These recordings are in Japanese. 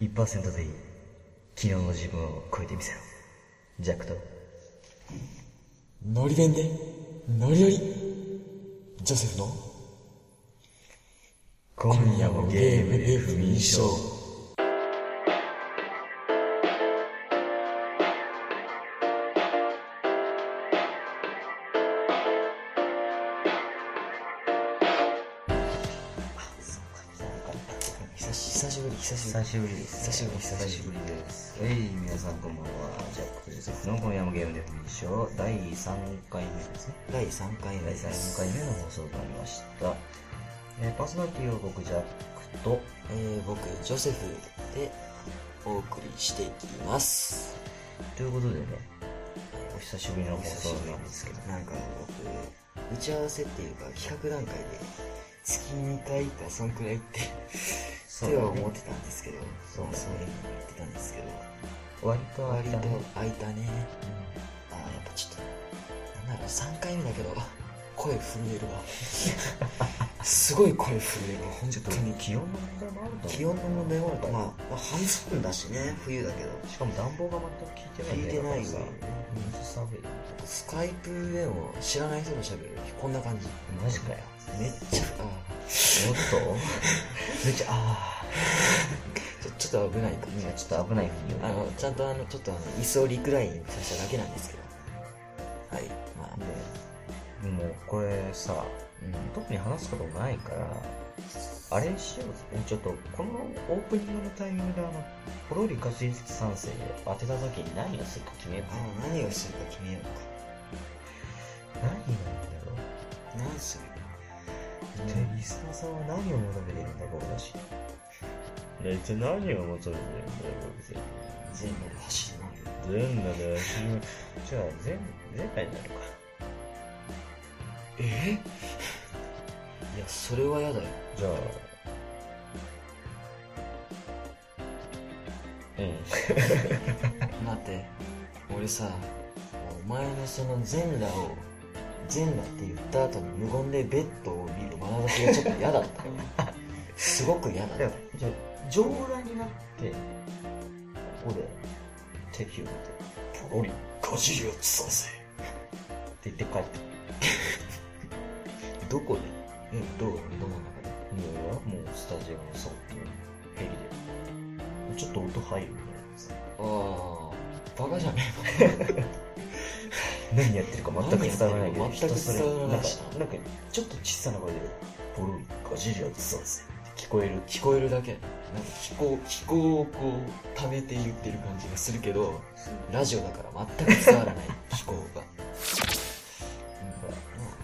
1%でいい昨日の自分を超えてみせろ弱とノリ弁で、ノリノリ。ジョセフの今夜もゲームで不眠症久し久しぶり、久し久ぶり。しぶりです、久しぶり久しぶりですえい皆さんこんばんはジャック・ジョセフの今夜もゲームで不眠症第3回目ですね第3回第目です。 3回目の放送となりました、えーパーソナリティを僕ジャックとえー、僕、ジョセフでお送りしていきます。ということでねお久しぶりの放送なんですけどなんか僕、打ち合わせっていうか企画段階で、月2回かそんくらいって、そう手だねは思ってたんですけど、そうだねそういうのも言ってたんですけど、割とあ割れとだね空いたね。あーやっぱちょっとなんだろう3回目だけど声震 えるわすごい声震えるわ本ちょっと当に気温の問題もあると思う気温の問題もあるとまあ、まあ、半分だしね冬だけどしかも暖房が全く効いてない効いてないわ水寒いスカイプでも知らない人の喋るこんな感じマジかよめっちゃあおっとめっちゃあー ちょちょっと危ないかー今ちょっと危ないふうにあ言うのちゃんとあのちょっとあの椅子をリクラインさせただけなんですけどはいまあでもうこれさうん特に話すこともないからあれしようぜちょっとこのオープニングのタイミングであのポロリカチンス3世当てた時に何をするか決めよあの何をするか決めようかう何なんだろ何するかう、うんでリスナーさんは何を求めてるんだ僕だし一体何を求めてるんだよ僕たち全部で走り回る全部で足のじゃあ全全回になるかえいやそれはやだよじゃあうん待って俺さお前のその全裸を全裸って言った後に無言でベッドを見る眼差しがちょっと嫌だったよすごく嫌だっじゃたあじゃあ上裸になってここで敵を見てポロリかじりをつさせって言って帰ってどこでえどうどの中で匂いはもうスタジオのそっヘリでちょっと音入るみたいああバカじゃねな何やってるか全く伝わらないけど何やってるか全く伝わらないしひたすらなんかなんかちょっと小さな声で「ボロリガジリアツサス」って聞こえるえ聞こえるだけなんか気候気候をこう溜めて言ってる感じがするけどラジオだから全く伝わ らない気候が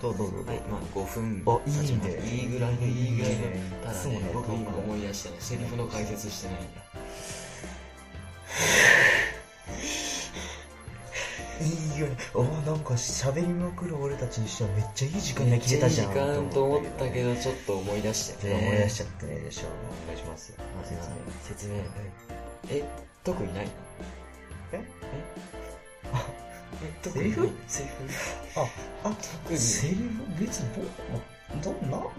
どうぞどうぞはい、まあ5分あいいね経ちますいいぐらいのいいぐらいのいいねただそうねね僕今僕も思い出したのセリフの解説してないんだいいよねおーなんか喋りまくる俺たちにしてはめっちゃいい時間が切れたじゃんめっちゃいい時間と思ったけどどちょっと思い出したよね思い出しちゃったねでしょうお願いしますよまずは説明え特にないのええセリフセリフああ特にセリフ別に僕どなんだろうなこ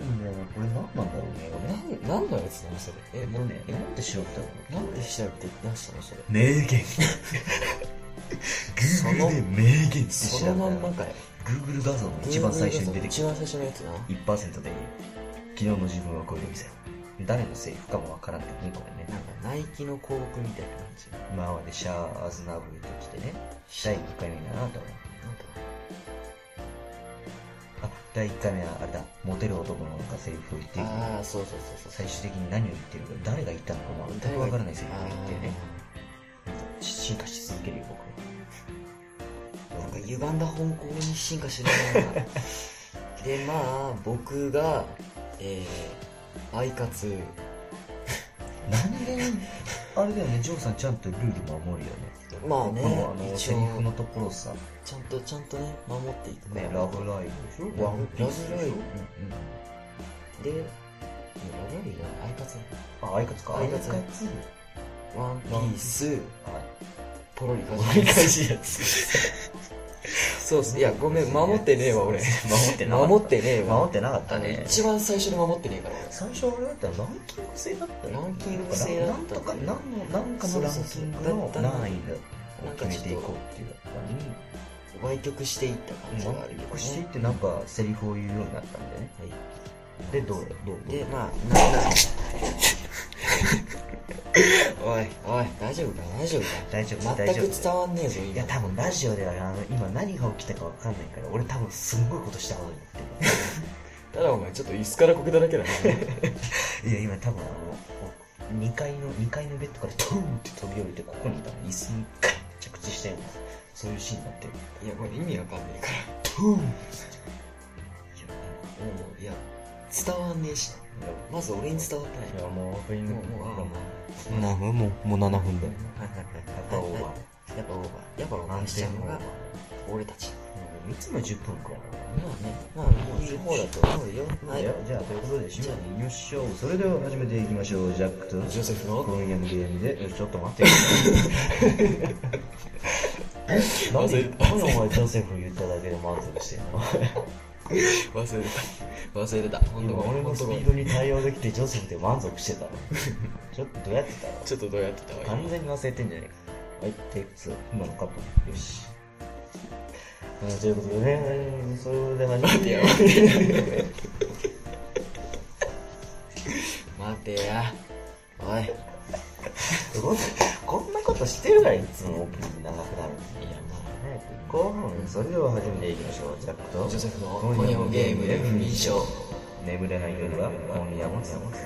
れ何なんだろうね俺ね何何のやつなのそれええもうねねなんでしろってえなんで調べて出したのそれ名言その Google で名言ってそ調べのたまらんまかよ Google 画像の一番最初に出てく一る番最初のやつな1%でいい昨日の自分はこれで見せよ誰のセリフかもわからんけどねこれねなんかナイキの広告みたいな感じ今までシャア・アズナブルと来てね第1回目だなと思うなんだあ第1回目はあれだモテる男のなんかセリフを言っていくああそうそうそうそう最終的に何を言ってるか誰が言ったのかも全くわからないセリフを言ってね進化し続けるよ僕はあーなんか歪んだ方向に進化してるな でまあ僕がえー、アイカツなんであれだよねジョーさんちゃんとルール守るよねまあねこのあの一セ応リフのところさ、ね、ちゃんとちゃんとね守っていくからラブライブでしょワンピースラでブライしブでいやラブライブじゃないアイカツょあアイカツかアイカツアイカツワンピース はいポロリかポロリカジやつそそうっすいやごめん守ってねえわ俺 守ってなかった守ってねえわ守ってなかったね一番最初に守ってねえから俺最初俺だったらランキング制だったよランキング制だったなんとか何のなんかのランキングそうのそうそうだ何位を決めていこうっていうだった歪曲していった感じのにがあるけ何ど曲していっねてなんかセリフを言うようになったんでねでどうよどうどうでまあなんだおいおい大丈夫か大丈夫大丈夫か大丈全く夫伝わんねえぞいや多分ラジオではあの今何が起きたか分かんないから俺多分すんごいことしたことになってるただお前ちょっと椅子からこけただけだね いや、今多分あの、2階の、二階のベッドからドーンって飛び降りて、ここにいたの椅子にガッて着地したような、そういうシーンになってる。 いやこれ意味わかんねえからドーンいもういや伝わんねえしまず俺に伝わってないや、いやもうオープニング、もうもうああもう、何分もう、もう7分だよ。やっぱオーバーやっぱオーバーやっぱオーー。バーしちゃうのもが俺たちういつも10分くらいだかまあねまあもういい方だと思うよら。はいいやじゃあ、ということで、締めていきましょう。それでは始めていきましょう。ジャックと、ジョセフの今夜のゲームで、えちょっと待ってよ。なんで、なんでお前ジョセフ言っただけで満足してんの忘れた忘れた本当今ごめ俺のん本ス当ピごめーんドに対応できてジョセフで満足してたのちょっとどうやってたのちょっとどうやってたわ完今全に忘れてんじゃねえかはいテイク2今のカットよしうんということでねうんそれで始めて待待てやおいいやこん こんなことしてるからいつもオープニング長くなるま後半それでは始めていきましょうジャックあとジョセフの今夜もゲームで不眠症眠れない夜は今夜も眠れない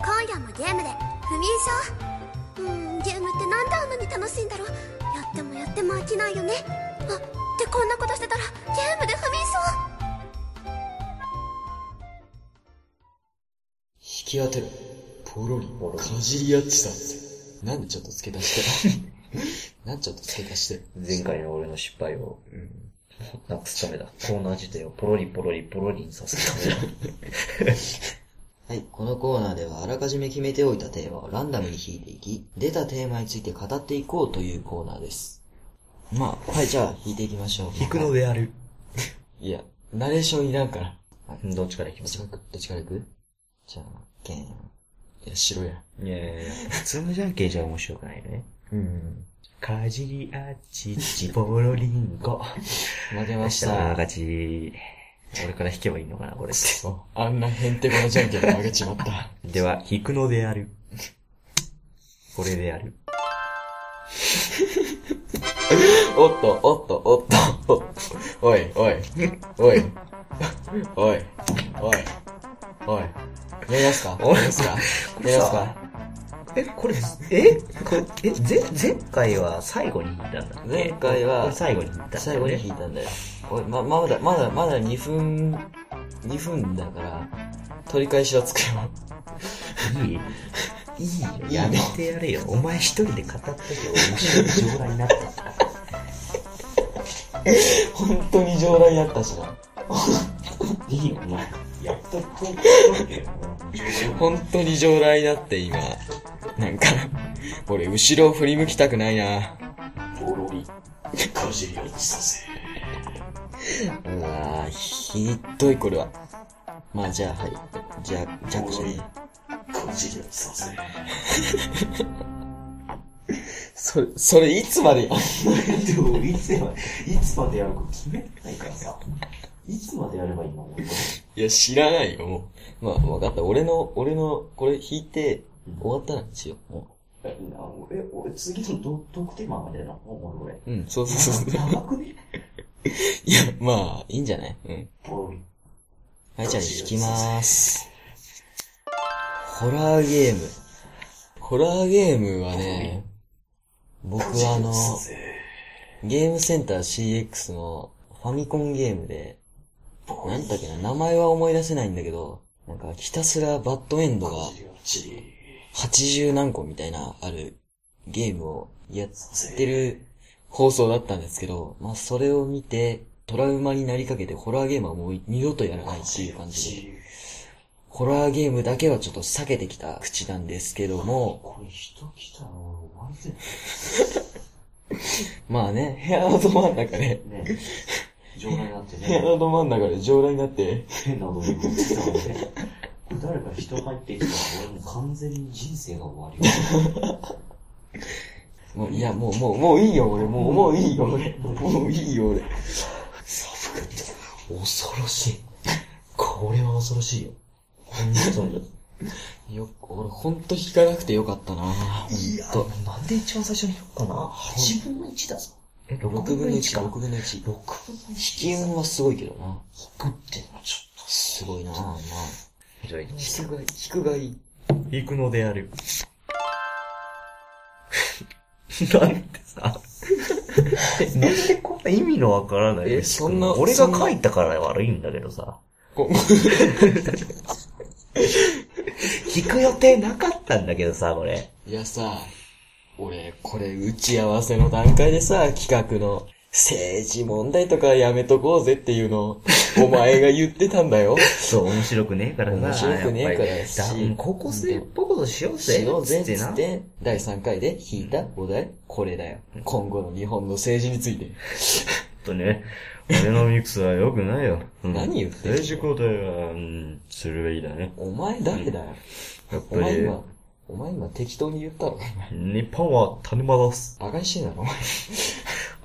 今夜もゲームで不眠症うんゲームってなんであんなに楽しいんだろうやってもやっても飽きないよねあってこんなことしてたらゲームで不眠引き当てろポロリかじり合ってたってなんでちょっと付け足して なんでちょっと付け足して前回の俺の失敗を、うん、なくすためだ。コーナー自体をポロリポロリポロリにさせるためだ。 はい、このコーナーではあらかじめ決めておいたテーマをランダムに引いていき、出たテーマについて語っていこうというコーナーです。まあ、はい、じゃあ引いていきましょう。引くので。である。いやナレーションいらんからどっちからいどきまっちすから行くどっちから行くじゃあ、けん。いや白やいやいやいや普通のじゃんけんじゃ面白くないよね。うんかじりあっちっちポロリンコ。負けましさあ、た勝ち。俺から引けばいいのかな、これって。あんなへんてこなじゃんけんで負けちまった では、引くのである。これである。おっと、おっと、おっと、おっと。おい、おい、おい、おい、おい、おい。やりますかやりますかやりますかえ、これ、えこれ、え、ぜ、前回は最後に引いたんだっけ前回はこれ最後に引いたんだよね。最後に引いたんだよ。おい、ま、まだ、まだ、まだ2分、2分だから、取り返しはつくよ。いいいいよ、やめてやれよ。お前一人で語ったけど、面白い上来になった。本当に上来やったしな。いいよ、お前。やっとこ本当に上来だって今。なんか、俺後ろ振り向きたくないな。ボロリ。かじり落ちさせ。うわぁ、ひどいこれは。まあじゃあ、はい。じゃあ、ジャックじゃねえかじり落ちさせ。それ、それいつまでやん でも、いつまで、いつまでやるか決めてないからさ。いつまでやればいいの俺いや、知らないよ、もう。まあ、わかった。俺の、俺の、これ弾いて、終わったなんですよ、もえ、な俺、俺、次のどトークテーマまでな、俺、う。うん、そうそうそう。俺。やばくねいや、まあ、いいんじゃないうん。ボロリ。はい、じゃあ弾きまーす。ホラーゲーム。ホラーゲームはね、僕はあの、ゲームセンター CX のファミコンゲームで、なんだっけな、名前は思い出せないんだけど、なんかひたすらバッドエンドが80何個みたいなあるゲームをやってる放送だったんですけど、まあそれを見て、トラウマになりかけてホラーゲームはもう二度とやらないっていう感じで、ホラーゲームだけはちょっと避けてきた口なんですけども、これ人来たら終わりまあね、部屋のど真ん中で、だよね。冗談になって部屋ね。のど真ん中で上来になって、変なのに持ってたもんね。誰か人入ってきたら俺もう完全に人生が終わりよ。もういや、もう、もう、もういいよ、俺。もう、もういいよ、俺。もういいよ、俺。寒くて、恐ろしい。これは恐ろしいよ。本当に。よ、俺、ほんと引かなくてよかったなほいや、んと。なんで一番最初に言おうかな。8分の1だぞ。え、6 6分の1か、6分の1。 6分の1引き運はすごいけどな。食ってんのちょっすごいなまあと。ひどいね。引くが、引くがいい。行くのである。 なんて さ。なんでこんな意味のわからないえそんな俺そがんな書いたから悪いんだけどさ。こ 引く予定なかったんだけどさ、これ。いやさ、俺、これ、打ち合わせの段階でさ、企画の、政治問題とかやめとこうぜっていうのを、お前が言ってたん だよ。そう、面白くねえからな。面白くねえからしやっぱりだ高校生っぽいことしようぜ。しようぜっつなっ。て、第3回で引いたお題、これだよ。今後の日本の政治について。ちょっとね、俺のミックスは良くないよ。うん何言ってんの政治交代は、うん、するべきだね。お前誰だよ。やっおぱ前り今、、お前今適当に言っ たろ。日本は種馬だす。馬鹿にしてんだろ、お前。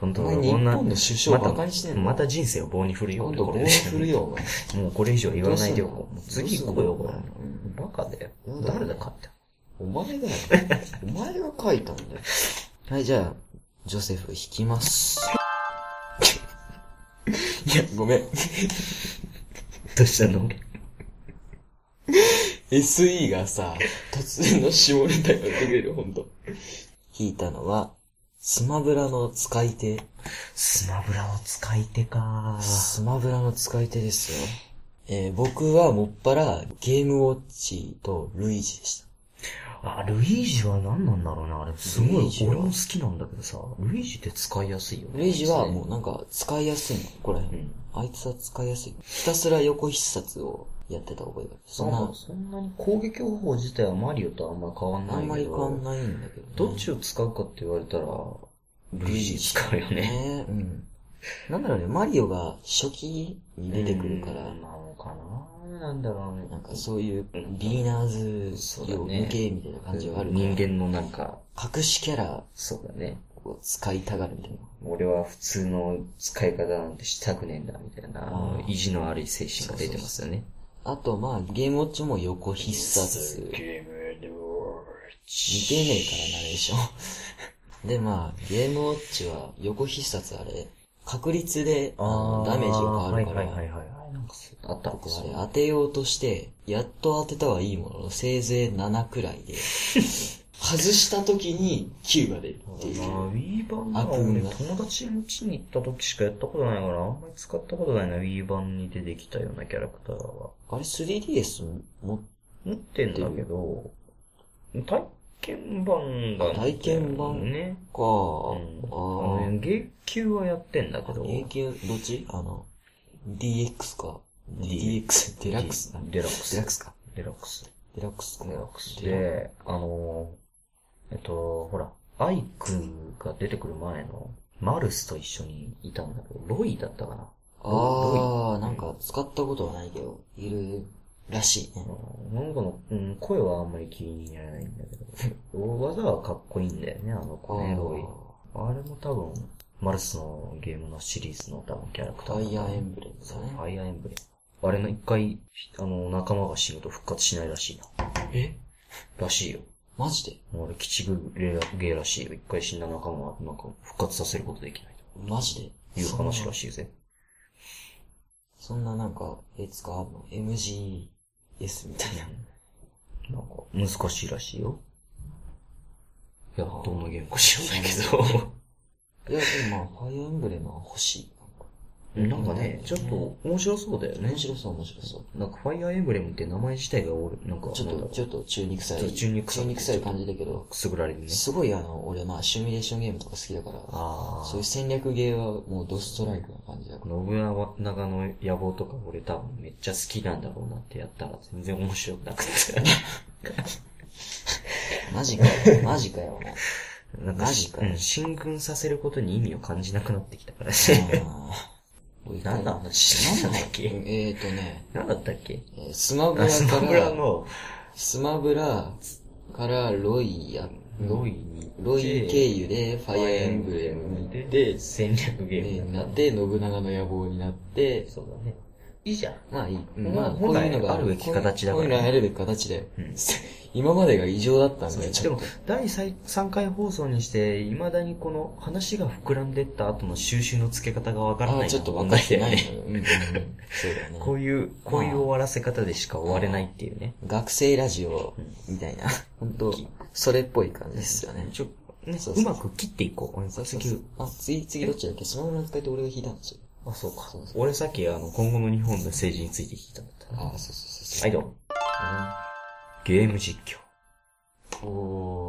本当お前日本の首相馬鹿にしてんのまた人生を棒に振るよ。今俺度こ棒れにで振るよ、お前。もうこれ以上言わないでよ。どうすんのもう次行こうよ、これどうすんバの。カだよや。だ誰だかって。お前だよ。お前が書いたんだよ。はい、じゃあ、ジョセフ引きます。 いや、ごめん。どうしたの SE がさ、突然の下ネタやってくれる、ほんと。引いたのは、スマブラの使い手。スマブラの使い手かスマブラの使い手ですよ。えー僕はもっぱらゲームウォッチとルイージでした。あ、ルイージは何なんだろうな。あれ、すごルイーい、ジは俺も好きなんだけどさ、ルイージって使いやすいよね。ルイージはもうなんか使いやすいの、これ。んあいつは使いやすい。ひたすら横必殺をやってた覚えがある。そんなんなか、そんなに攻撃方法自体はマリオとあんまり変わんないあけんど。まり変わんないんだけど、どっちを使うかって言われたら、ルイージ使うよね。ねうん。なんだろうね、マリオが初期に出てくるから、うんなのかななんだろうね。なんかそういうビーナーそうズだをね向けみたいな感じがあるから、人間のなんか、隠しキャラそうだね。を使いたがるみたいな。俺は普通の使い方なんてしたくねえんだ、みたいな、あの意地の悪い精神が出てますよね。あとまあ、ゲームウォッチも横必殺。似てねえからナレーション。 でまあ、ゲームウォッチは横必殺あれ、確率であのダメージが変わるから、はいはいはいはい。なんかそうあった僕あれ当てようとして、やっと当てたはいいものの、せいぜい7くら いで、外した時に9が出るっていう。まあ、ウィーバンアな、プリ俺が友達の家に行った時しかやったことないから、あんまり使ったことないな、ウィーバンに出てきたようなキャラクターは。あれ 3DS も持ってんだけど、体験版だ、ね、体験版ね。か、うん。ああのね、月給はやってんだけあ、ど、永久、どっちあの、DX か。DX、デラックス。デラックスデラックスか。デラックス。デラックスか。デラックスで、あのー、えっと、ほら、アイクが出てくる前の、マルスと一緒にいたんだけど、ロイだったかな。ああ、なんか使ったことはないけど、いるらしいね。なんかの、うん、声はあんまり気にならないんだけど、 技はかっこいいんだよね、あの子ね、ロイ。あれも多分、マルスのゲームのシリーズの多分キャラクターダなんだね。イヤーエンブレムだねフ。ァイアーエンブレム。あれの一回、あの、仲間が死ぬと復活しないらしいな。えらしいよ。マジでもうあれ、鬼畜ゲーらしいよ。一回死んだ仲間は、なんか、復活させることできないマジとでいう話らしいぜ。そんななんか、えつかあんの ?MGS みたいな。なんか、難しいらしいよ。いや、どんなゲームか知らないけど。いや、でもまあ、ファイアーエンブレムは欲しい。なんかね、ちょっと面白そうだよね面。白そう、面白そう。なんか、ファイアーエンブレムって名前自体が俺、なんか、ちょっなんだと、ろうちょっと中肉臭ちょっい。と中肉臭いい感じだけど、くすぐられるね。すごいあの、俺はまあ、シミュレーションゲームとか好きだから、あそういう戦略ゲーはもうドストライクな感じだかあ、信長の野望とか俺多分めっちゃ好きなんだろうなってやったら全然面白く なくて。ら。マジかよ、 マジかよ、もう。なんマジかうん進軍させることに意味を感じなくなってきた からね。あー何の話してたんだっけうんえーとね、なんだったっけえースマブラあ、スマブラから、の、スマブラからロイや、ロイに、ロイ経由でファイアーエンブレムに行って、戦略ゲームににななっ。ってて、信長の野望になって、そうだね。いいじゃん。まあいい。うんまあ、こ本う来いうのがあるべき形だからこういうのがあるべき形だようん。今までが異常だったんだよ、ちでょっも、第3回放送にして、未だにこの話が膨らんでった後の収集の付け方がわかと。らあなあ、い。ちょっと分かってないね。のよ。うんうんうんそうだね。こういう、こういう終わらせ方でしか終われないっていうね。学生ラジオみたいな、本当それっぽい感じですよね。ちょ、ねそう、そううまく切っていこう。そうそう次あ、次、次どっちだっけスマブラ使いって俺が弾いたんですよ。あ、そうかそうそう。俺さっき、あの、今後の日本の政治について聞いたんだった。ああ、そうはそうそうい、どうも。ゲーム実況。そう。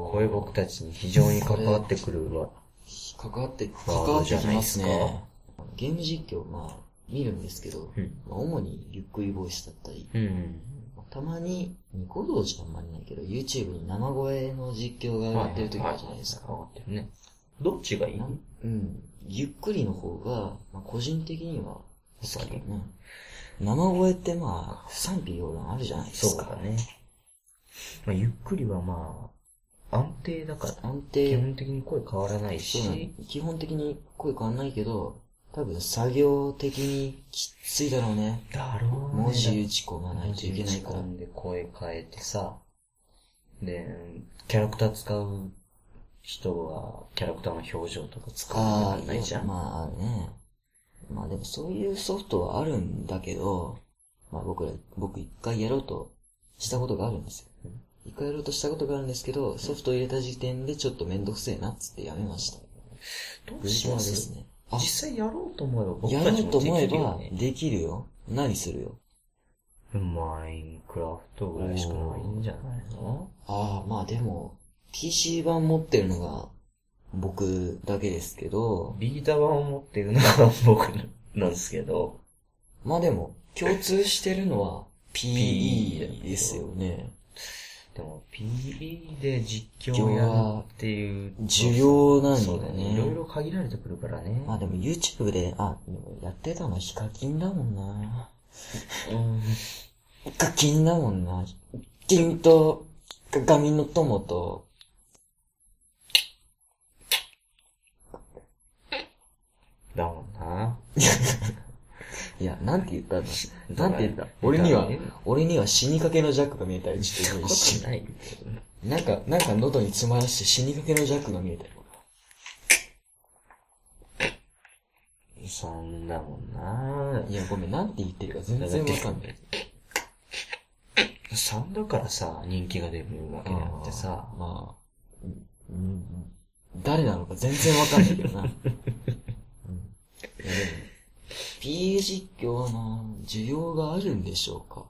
おこれ僕たちに非常に関わってくるわ。関わって、ワ関ーわドってじゃきないでますすかね。ゲーム実況、まあ、見るんですけど、うんまあ、主にゆっくりボイスだったり、うん。たまに、ニコ動じゃあんまりないけど、YouTube に生声の実況が上がってる時あるじゃないですか。はいはいはい上がってるね。どっちがいいなんうん。ゆっくりの方が、まあ、個人的には好きだね。生声ってまあ、賛否両論あるじゃないですそうか。だね。まあ、ゆっくりはまあ、安定だから、安基定、本的に声変わらないそうなのし、基本的に声変わんないけど、多分作業的にきついだろうね。だろうね。文字打ち込まない文と字い打けなちいから込。んで声変えてさ、で、キャラクター使う人は、キャラクターの表情とか使わあなきゃなあ、いじゃん。まあ、あるね。まあでもそういうソフトはあるんだけど、まあ僕ら、僕一回やろうとしたことがあるんですよ。一回やろうとしたことがあるんですけど、ソフトを入れた時点でちょっとめんどくせえなっつってやめました。どう無事しはまですすね。あ、実際やろうと思えば僕やたろちうもと思えできるよばね。できるよ。何するよ。マインクラフトぐらいしかないんじゃないのああ、まあでも、PC 版持ってるのが僕だけですけど、ビータ版を持ってるのが僕なんですけど、まあでも、共通してるのは PE PE ですよね。でも PE で実況をやるっていう。需要なんだねそうだね。いろいろ限られてくるからね。まあでも YouTube で、あ、でもやってたのヒカキンだもんな。うんヒカキンだもんな。キンと、ガミの友と、だもんな。いや、なんて言ったんだ。なんて言った俺にだはね、俺には死にかけのジャックが見えたりしてるしし、ないよ。なんか、なんか喉に詰まらして死にかけのジャックが見えたり。。そんなもんないや、ごめん、なんて言ってるか全然わかんない。そんだからさ、人気が出るわけであってさ、まあ、うんうん誰なのか全然わかんない けどな。うん、いやでも PA 実況はな、需要があるんでしょうか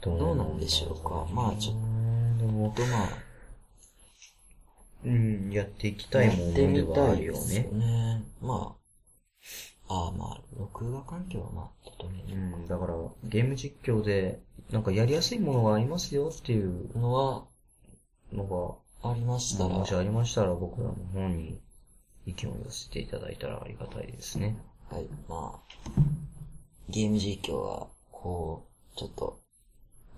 どうなんでしょうかまあちょっと。でもとまあ、うん、やっていきたいやもっのてみではたあいるよですよね。ね。まあ、ああまあ、録画環境はまあ、整えうるん、だから、ゲーム実況で、なんかやりやすいものがありますよっていうのはのありましたが、ら、もしありましたら僕らの方に意見を寄せていただいたらありがたいですね。はい、まあ、ゲーム実況は、こう、ちょっと、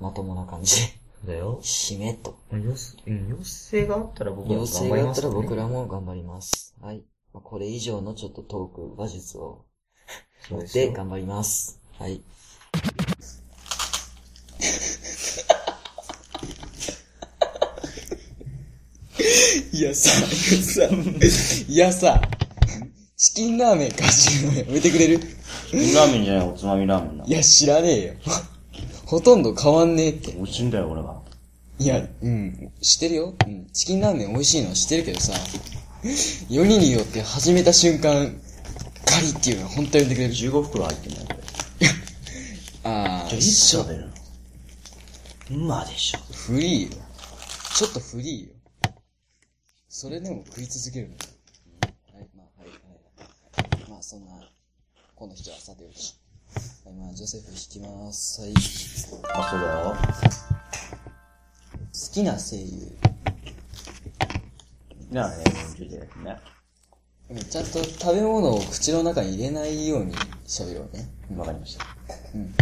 まともな感じで、だよ。締めと。よす、うん、要請があったら僕ら要も請頑張りがあまったすらね。僕らも頑張ります。はい。まあこれ以上のちょっとトーク、話術をそうですでよ。頑張ります。はい。いやさ、いやさ、いやさ、チキンラーメンかじるのやめてくれる。チキンラーメンじゃないおつまみラーメンないや、知らね えよ。ほとんど変わんねえって。美味しいんだよ、俺は。いや、うん、知ってるよ。うん、チキンラーメン美味しいのは知ってるけどさ、世にによって始めた瞬間、かりっていうのは本当に呼んでくれる。 15袋入ってんだよ、これ。あー、一一緒緒。べるの。まあでしょ。フリーよ。ちょっとフリーよ。それでも食い続けるのよ。はい、まあ、はい、はい。まあ、そんな、今度日はさておき。はい、まあ、ジョセフ弾きます。はい。好あ、そうだよ。きな声優。じゃあね、40でね。でもちゃんと食べ物を口の中に入れないように喋ろうね。わかりました。うん。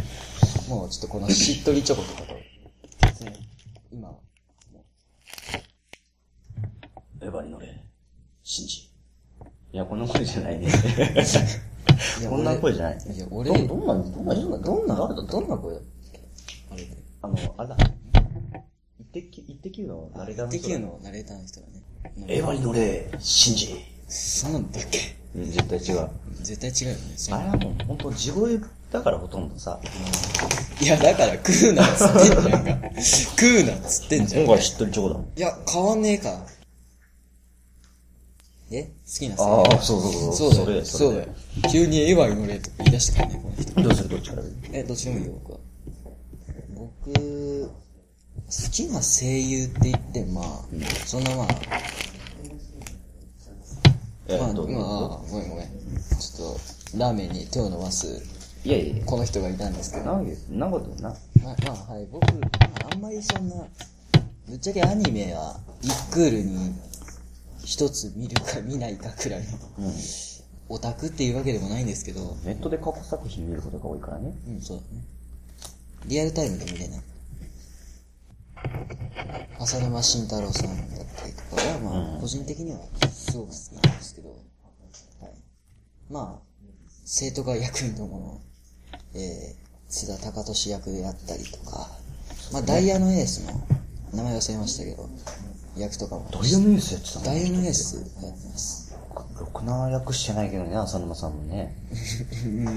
もうちょっとこのしっとりチョコとかと、今は、エヴァに乗れ。シンジ。いや、こんな声じゃないね。いやこんな声じゃない俺いね。や、俺、どんな、どんな、ど誰んな、どんだな、ったどんな声だあれあの、あれだ。イッテ Q、イッテ Q のナレーターので人きだるのナレーターの人がね。エヴァに乗れ、シンジ。そうなんだっけうん絶対違う。絶対違うよね。そんあなれはもう、ほんと、地声だからほとんどさ。いや、だから食うなっつってんじゃんか。食うなっつってんじゃん今か。回しっとりチョコだもん。いや、変わんねえから。え好きなあさ。あ、そうそうそそう。うだよ、そそうだよ。急にエヴァに乗れとか言い出したからね、この人。れどうするどっちからえ、どっちでもいいよ、僕は。僕、好きな声優って言って、まあ、そんなまあ、えまあ、っと、まあ、ごめんごめん。ちょっと、ラーメンに手を伸ばす、いやいやいや。この人がいたんですけど、なんで、なんことな。まあ、まあ、はい、僕、まあ、あんまりそんな、ぶっちゃけアニメは、一クールに、一つ見るか見ないかくらいの、うん。オタクっていうわけでもないんですけど、ネットで過去作品見ることが多いからね。うん、そうだね。リアルタイムで見れない。浅沼慎太郎さんだったりとかは、まあ、個人的にはすごく好きなんですけど、はい。まあ、生徒会役員のもの、えー、津田隆俊役であったりとか、まあ、ダイヤのエースの、名前忘れましたけど、役とかも。ドリアムニュースやってたダイヤのエースやってます。のろくな役してないけどね、浅沼さんもね。まあ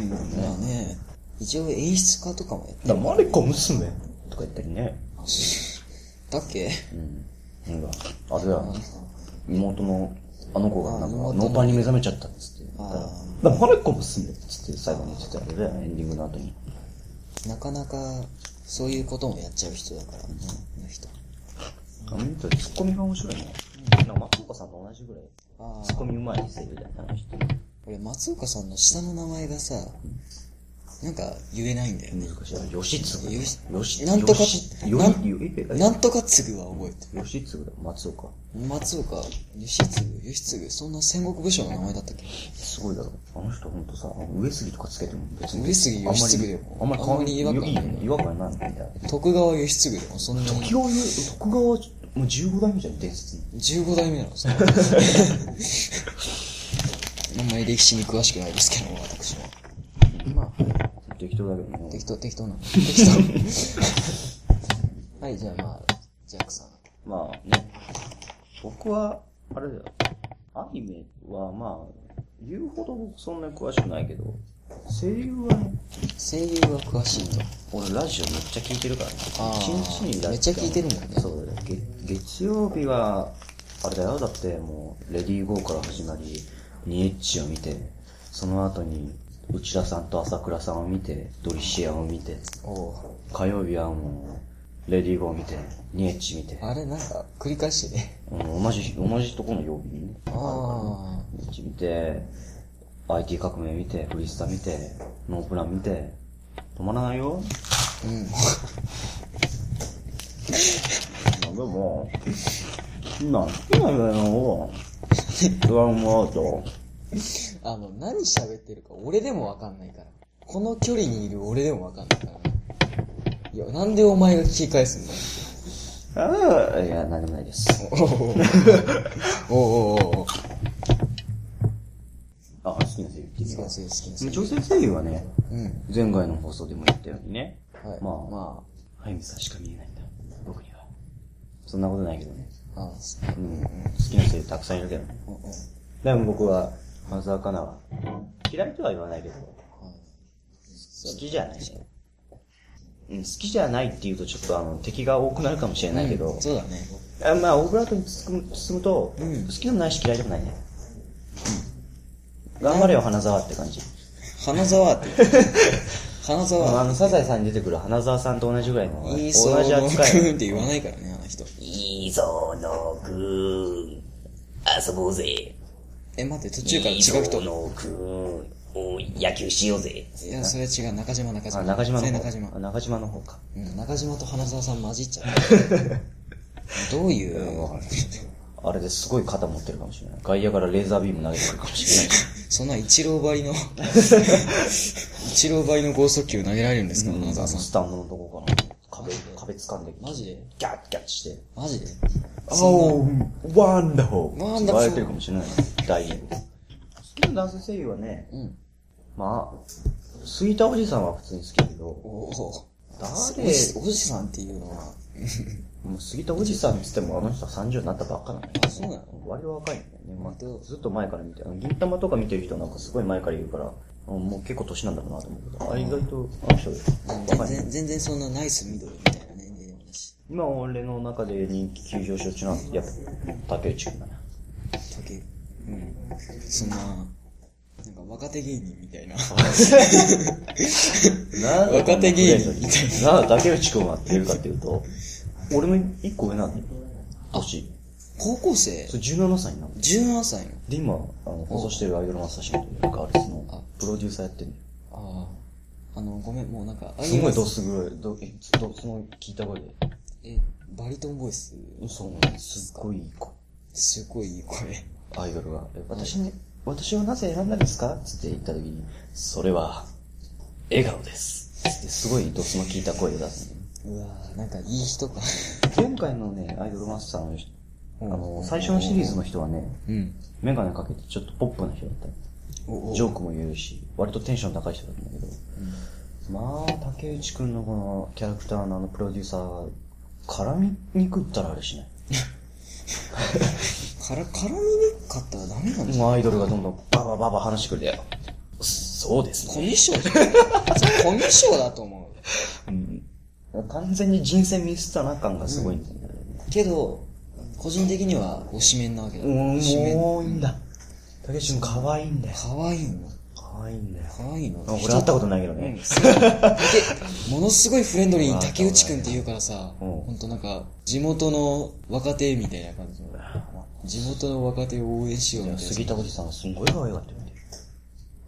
ね、一応演出家とかもやって、だ、マリコ娘とか言ったりね。だっけうん。なんか、あれだよ。妹の、あの子がなんか、あ妹ノーパンに目覚めちゃったっつって。だからだからマリコ娘っつって最後に言ってたあれだよ、エンディングの後に。なかなか、そういうこともやっちゃう人だからね、あの人。あの人、ツッコミが面白いね。なんか松岡さんと同じぐらい、あツッあ、コミうまい声優だよね、あの人。俺、松岡さんの下の名前がさ、なんか言えないんだよね。難しい。あれ吉次。よし吉なんとか吉なん吉なんとか次は覚えて吉次だよ、松岡。る。松岡、吉次、吉次、そんな戦国武将の名前だったっけすごいだろ。あの人ほんとさ、上杉とかつけても別に。上杉義次でもあんまり変わんない。あんまり違和感ないいい違和感ないみたいな。徳川義次でもそんな時に、を言う、徳川はちょっともう15代目じゃん、伝説の。 15代目なのさ。 あんまり歴史に詳しくないですけど、私は。まあ、適当だけどね。適当、適当な。 適当。はい、じゃあまあ、ジャックさん。まあね。僕は、あれだよ。アニメはまあ、言うほど僕そんなに詳しくないけど、声優はね、声優は詳しいと。俺ラジオめっちゃ聞いてるからね。あー一日にラジオめっちゃ聞いてるもんねそうだよ。げ月曜日は、あれだよ。だってもう、レディーゴーから始まり、ニエッチを見て、その後に、内田さんと朝倉さんを見て、ドリシアを見て、おう火曜日はもう、レディーゴー見て、ニエッチ見て、あれなんか、繰り返してね。うん、同じ、同じとこの曜日にね。ああ。ニエッチ見て、IT 革命見て、フリスタ見て、ノープラン見て、止まらないよ。うん。でも、なんてなんだよ。不安もあると。あの、何喋ってるか俺でもわかんないから。この距離にいる俺でもわかんないからね。いや、なんでお前が聞き返すああ、いや、何もないです。んだよ。おおおうおうおうあ、好きな声優ってい好きうなの声優、好きな声優。女性声優はね、うん。前回の放送でも言ったようにね。はい。まあ、まハイミさんしか見えないんだ。僕には。そんなことないけどね。あ、ああ、すうん。好きな声優たくさんいるけどね。うんうん。でも僕は、花澤香菜は、嫌いとは言わないけど、好きじゃないし。うん、好きじゃないっていうとちょっとあの、敵が多くなるかもしれないけど、そうだね。あまあ、オブラートに包む包むと、うん好きでもないし嫌いでもないね。頑張れよ、花沢って感じ。花沢って言って。花あ沢。の、サザエさんに出てくる花沢さんと同じぐらいの、同いいじそうのく扱い。んって言わないからね、あの人。いいぞ、のくーん。遊ぼうぜ。え、待って、途中から違う人。のくーん。おい、野球しようぜ。いや、それ違う。中島、中あ、島。中島のそれ方。中島。あ中島の方か。うん、中島と花沢さん混じっちゃった。どういう、あれですごい肩持ってるかもしれない。外野からレーザービーム投げてくるかもしれない。そんな一郎張り の、一郎張りの剛速球投げられるんですか、花沢さん。スタンドのとこかな。壁、壁掴んで、マジでギャッギャッして。マジでおー、ワンダホーワンダホ言ーわれてるかもしれない。大丈夫。好きな男性声優はね、んまあ、杉田おじさんは普通に好きだけど、おお。誰おじ、おじさんっていうのは、もう杉田おじさんって言ってもあの人は30になったばっかなのよ。あ、そうなの割と若いんだよね。ま本当あ、ずっと前から見て、あの銀玉とか見てる人なんかすごい前からいるから、うんもう結構年なんだろうなと思うけど、あれ意外と、あの人、全若いね。然、全然そんなナイス緑みたいな年齢でもないし。今俺の中で人気急上昇中なんで、やっぱ、竹内くんだな。時、うん。そんな、なんか若手芸人み たいな。なんでこんな若手芸人みたいな。んで竹内くんはっていうかっていうと、俺の一個上なんだよ。年。高校生それ17歳なの。 ?17 歳ので、今、あの、放送してるアイドルマスターシップというか、あれその、プロデューサーやってるああ。あの、ごめん、もうなんか、すごいあドス黒い、ド、えドスの聞いた声で。え、バリトンボイス、そうなんです。すっごいいい子。すごいいい声。アイドルが、え私に、私をなぜ選んだんですかつって言った時に、それは、笑顔です。つってすごいドスの聞いた声を出す。うわぁ、なんかいい人か。前回のね、アイドルマスターの人、あの、最初のシリーズの人はね、うん。メガネかけてちょっとポップな人だったよおジョークも言えるし、割とテンション高い人だったんだけど、まあ、竹内くんのこのキャラクターのあのプロデューサー、絡みにくったらあれしない。から、絡みにかったらダメなんじゃん。もうアイドルがどんどんババババ話してくれて、そうですねコミュ障じゃん。それコミュ障だと思う。完全に人選ミスったな感がすごいんだよね。けど、個人的には推しメンなわけだ。推しメン。もういいんだ。竹内君可愛いんだよ。可愛いの可愛いんだよ。可愛いのあ俺会ったことないけどうんね。すごい竹ものすごいフレンドリーに竹内くんって言うからさ、うんほんとなんか、地元の若手みたいな感じの。地元の若手を応援しようみたいな。杉田おじさんはすんごい可愛かったよね。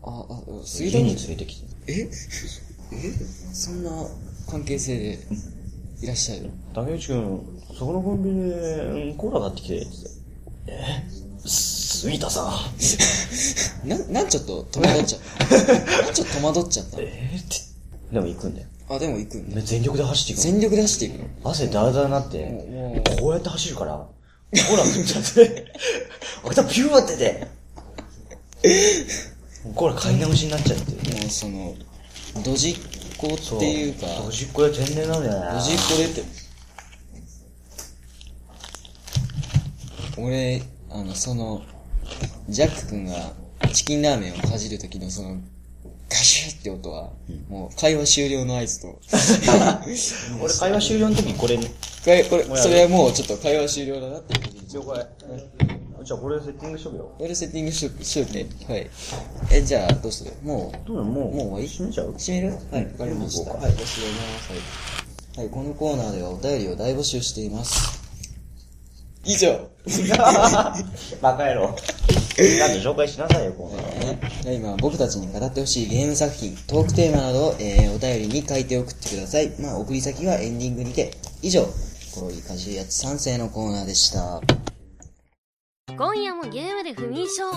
あ、あ、うん杉田家にに連れてきて。ええそんな関係性でいらっしゃる竹内君、そこのコンビニでうんコーラ買ってきて。ってえ杉田さん。な、なんちょっと戸惑っち ゃった。なんちょっと戸惑っちゃっえって。でも行くんだよ。た。あ、でも行くんだ。全力で走っていく全力出していくの。の。汗だらだらになってもう、こうやって走るから、コーラ食っちゃって。 頭ピューって て。コーラ買い直しになっちゃって。もうその、ドジっ子っていうか、ドジっ子や天然なんだよな。ドジっ子でって。俺、あの、その、ジャック君がチキンラーメンをかじる時のその、ガシュって音は、もう会話終了の合図と、 俺会話終了の時にこれ、これ、これ、それはもうちょっと会話終了だなっていう時に。一応これ、じゃあこれセッティングしとくよ。俺セッティングしよう、しようね。はい。え、じゃあ、どうするもう、どうだもう、もう終わり閉めちゃう閉めるはい、わかりました。はい、募集お願いします。はい、このコーナーではお便りを大募集しています。以上。バカ野郎。なんで紹介しなさいよ、こうはい今、僕たちに語ってほしいゲーム作品、トークテーマなどを、えー、お便りに書いて送ってください。まあ、送り先はエンディングにて。以上、コロリかじるやつ3世のコーナーでした。今夜もゲームで不眠症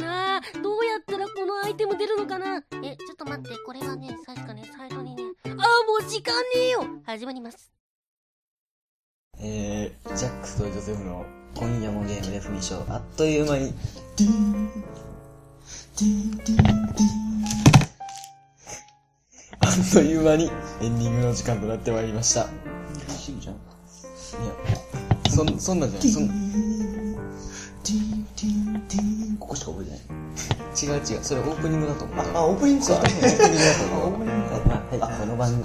なあどうやったらこのアイテム出るのかなえちょっと待ってこれがね確かね最初にねあーもう時間ねえよ始まりますえー、ジャックとジョゼフの今夜もゲームで不眠症、あっという間に、ディーン、ディーン、ディーン、ディーン。あっという間にエンディングの時間となってまいりました。いじゃん。や、そん、そんなんじゃない、そん、ここしか覚えてない。違う違う、それオープニングだと思う。あ、オープニングか。オープニングだと思う。はい、この番組。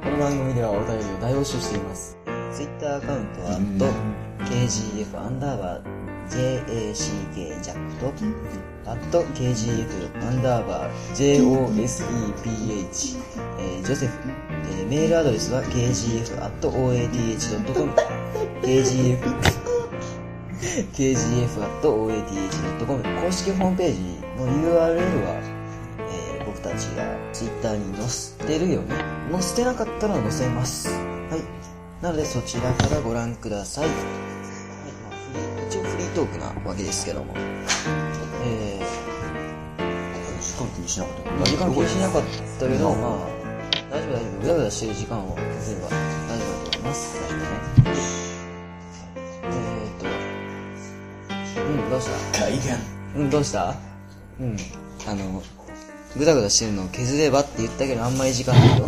この番組ではお便りを大募集しています。ツイッターアカウントは、と、KGF アンダーバー JACK ジャックと、あと KGF アンダーバー JOSEPH、えージョセフ、えーメールアドレスは KGF アット OATH.com、KGF、KGF アット OATH.com 公式ホームページの URL は、えー僕たちが Twitter に載せてるよね。載せてなかったら載せます。はい。なのでそちらからご覧ください。はいまあフリー一応フリートークなわけですけども。え時間気にしなかったー、まあ、時間気にしなかったけど、まあ、大丈夫大丈夫。ブラブラしてる時間を削れば大丈夫だと思います。大丈夫ね。えーっと、うん、どうした海岸うん、どうしたうん。あの、ぐだぐだしてるのを削ればって言ったけど、あんまり時間ないよ。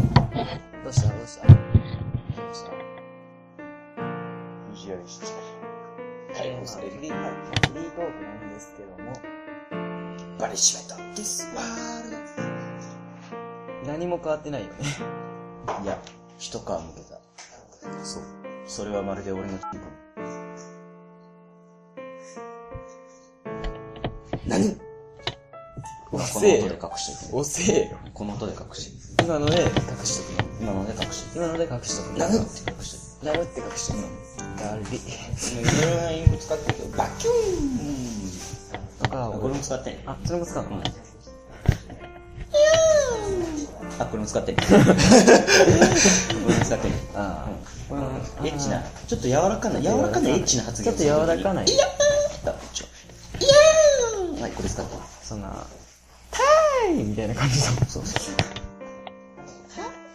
どうしたどうしたどうした意地悪してえーまあフリーまあフリートークなんですけども、バレしまいですわ何も変わってないよね。たいや一皮むけたそうそれはまるで俺の気分何この音で隠してるおせえよ。この音で隠してる今ので、隠しとく今ので隠してる今ので隠しとく。何って隠してるなるって隠しとく。だるい。いろいろなインク使ってるけどバキューだからンこれ俺、も使ってんあ、それも使うのあこれも使ってんこれも使ってんああ。これもエッチな、ちょっと柔らかな、柔らかなエッチな発ちょ言。っと柔らかないい。だちょイヤーはい、これ使った。そんな、タイみたいな感じの。そうそう。は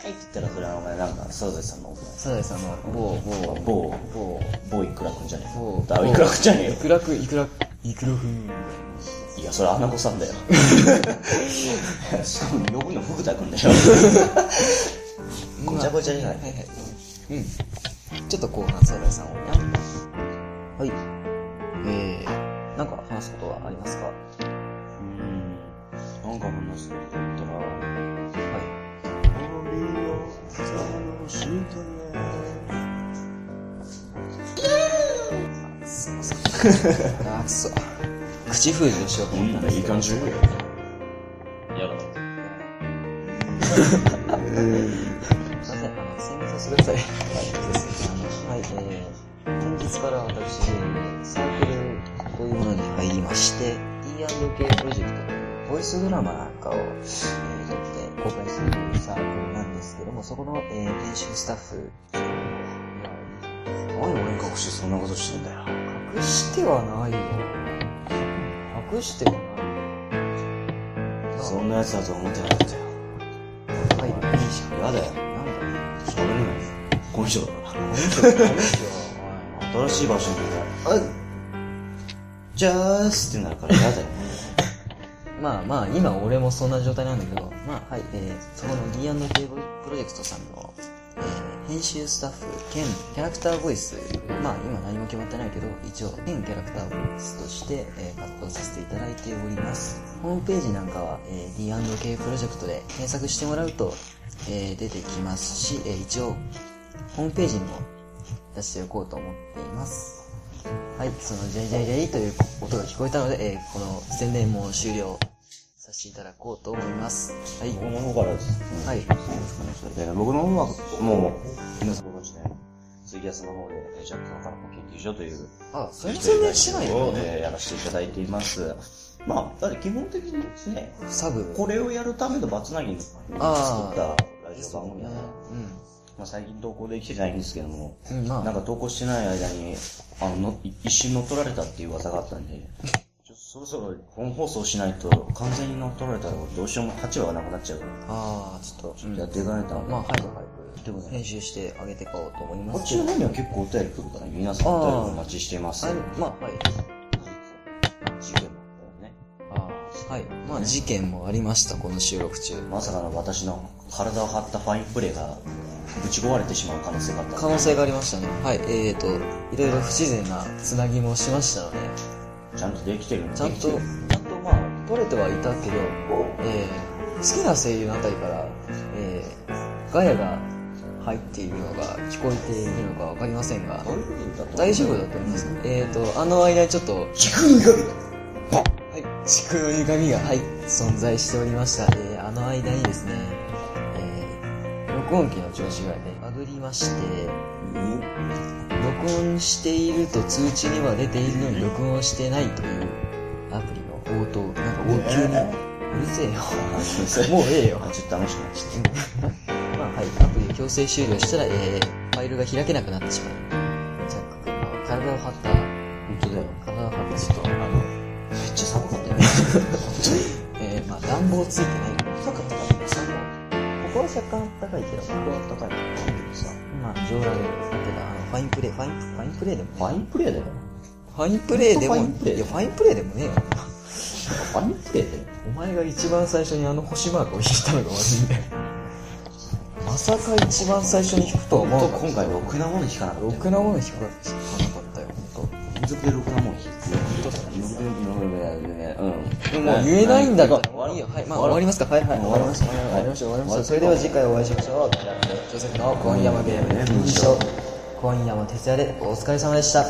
いって言ったら、それはお前なんか、サザエさんの、サザエさんの、某、某、某、某、某いくらくんじゃねえ某、だいくらくんじゃねえいくらく、いくら、いくらくん。よ。いや、それアナゴさんだよ。しかも、呼ぶの福田くんだよ。ごちゃごちゃじゃないはいはい。うん。ちょっと後半、サザエさんを。はい。えー、なんか話すことはありますかはうん。なんか話すこと言ったら、い。すいません。あー、くそ。口封じをしようと思ったんですけど。じやだ。すいません、あの、宣伝させてください。はい、えー、先日から私、サークルというものに入りまして、E&K プロジェクトというボイスドラマなんかを、えー、撮って公開するというサークルなんですけども、そこの、えー、編集スタッフ、何俺に隠してそんなことしてんだよ。隠してはないよ。隠してはない。そんな奴だと思ってなかったよ。はい、やだよ。なんだ喋れないよ。この人だから。新しい場所にいたら、あジャースってなるからやだよ。まあまあ、今俺もそんな状態なんだけど、まあはい、えー、そこの D&K プロジェクトさんの、えー、編集スタッフ兼キャラクターボイス、まあ今何も決まってないけど、一応兼キャラクターボイスとして、えー、活動させていただいております。ホームページなんかは、えー、D&K プロジェクトで検索してもらうと、えー、出てきますし、えー、一応、ホームページにも出しておこうと思っています。はい、そのジャイジャイジャイという音が聞こえたので、えーこの宣伝も終了させていただこうと思います。はい。僕の方からです。はい。で僕の方は、もう、皆さんご存知のように、ツイキャスの方で、えー若干からの研究所という、あ、それも宣伝してないよのね。で、やらせていただいています。まあ、だって基本的にですね、サブ。これをやるためのバツナギに作ったあーラジオ番組なので、うまあ最近投稿できてないんですけども、ん。うん、まなあん、か投稿してない間に、あの、の一瞬乗っ取られたっていう噂があったんで、 ちょっとそろそろ本放送しないと完全に乗っ取られたらどうしようも価値がなくなっちゃうから、あー、ちょっと、ちょっとやっていかないと、まあ、まはいはあ、ということい。で、編集してあげていこうと思いこまっすちけど。の方には結構お便り来るからね、皆さんお便りお待ちしています。あまあ、はい。事件もあったよね。あーはい。まあ、事件もありました、この収録中。まさかの私の体を張ったファインプレーがぶち壊れてしまう可能性があった可能性がありましたね。はい。えーと、いろいろ不自然なつなぎもしましたので、ちゃんとできてるのちゃんできと、てちるゃんとまあ、取れてはいたけど、えー、好きな声優のあたりから、えー、ガヤが、入っているのか聞こえているのかわかりませんが大丈夫だと思う大丈夫だと思いますえーとあの間にちょっとはい、地空の歪みが、はい、存在しておりました。えー、あの間にですね、えー、録音機の調子がね、バグりまして、録音していると通知には出ているのに録音してないというアプリの応答、なんか応急に、うるせえよ。もうええよあ。ちょっと楽しくなっちゃっ まあ、はい、アプリ強制終了したら、えー、ファイルが開けなくなってしまう。ジャック君は体を張った、本当だよ。体を張った、ちょっと、あの、ためっちゃ寒かったよ えー、まあ暖房ついてないから、寒かったから寒いここは若干暖かいけど、ここは高いけどさまあ上羅でやってた、あの、ファインプレー、ファイン、ファインプレーでも、ファインプレーだよファインプレーでも、ほんとファインプレーいや、ファインプレーでもねえよ。ファインプレーだよお前が一番最初にあの星マークを引いたのが悪いんだよ。まさか一番最初に引くとは思とうなかっ今回ろくなもの引かなたかろったくなもの引かなかったよ、ほんと。連続でろくなもの引くうんもう言えないんだから、終わろういいよ、はい、まあ終わりますか、はいはい、終わりました、終わりました、終わりました。それでは次回お会いしましょう。ジョセフの今夜もゲーム、今夜も徹夜でお疲れ様でした。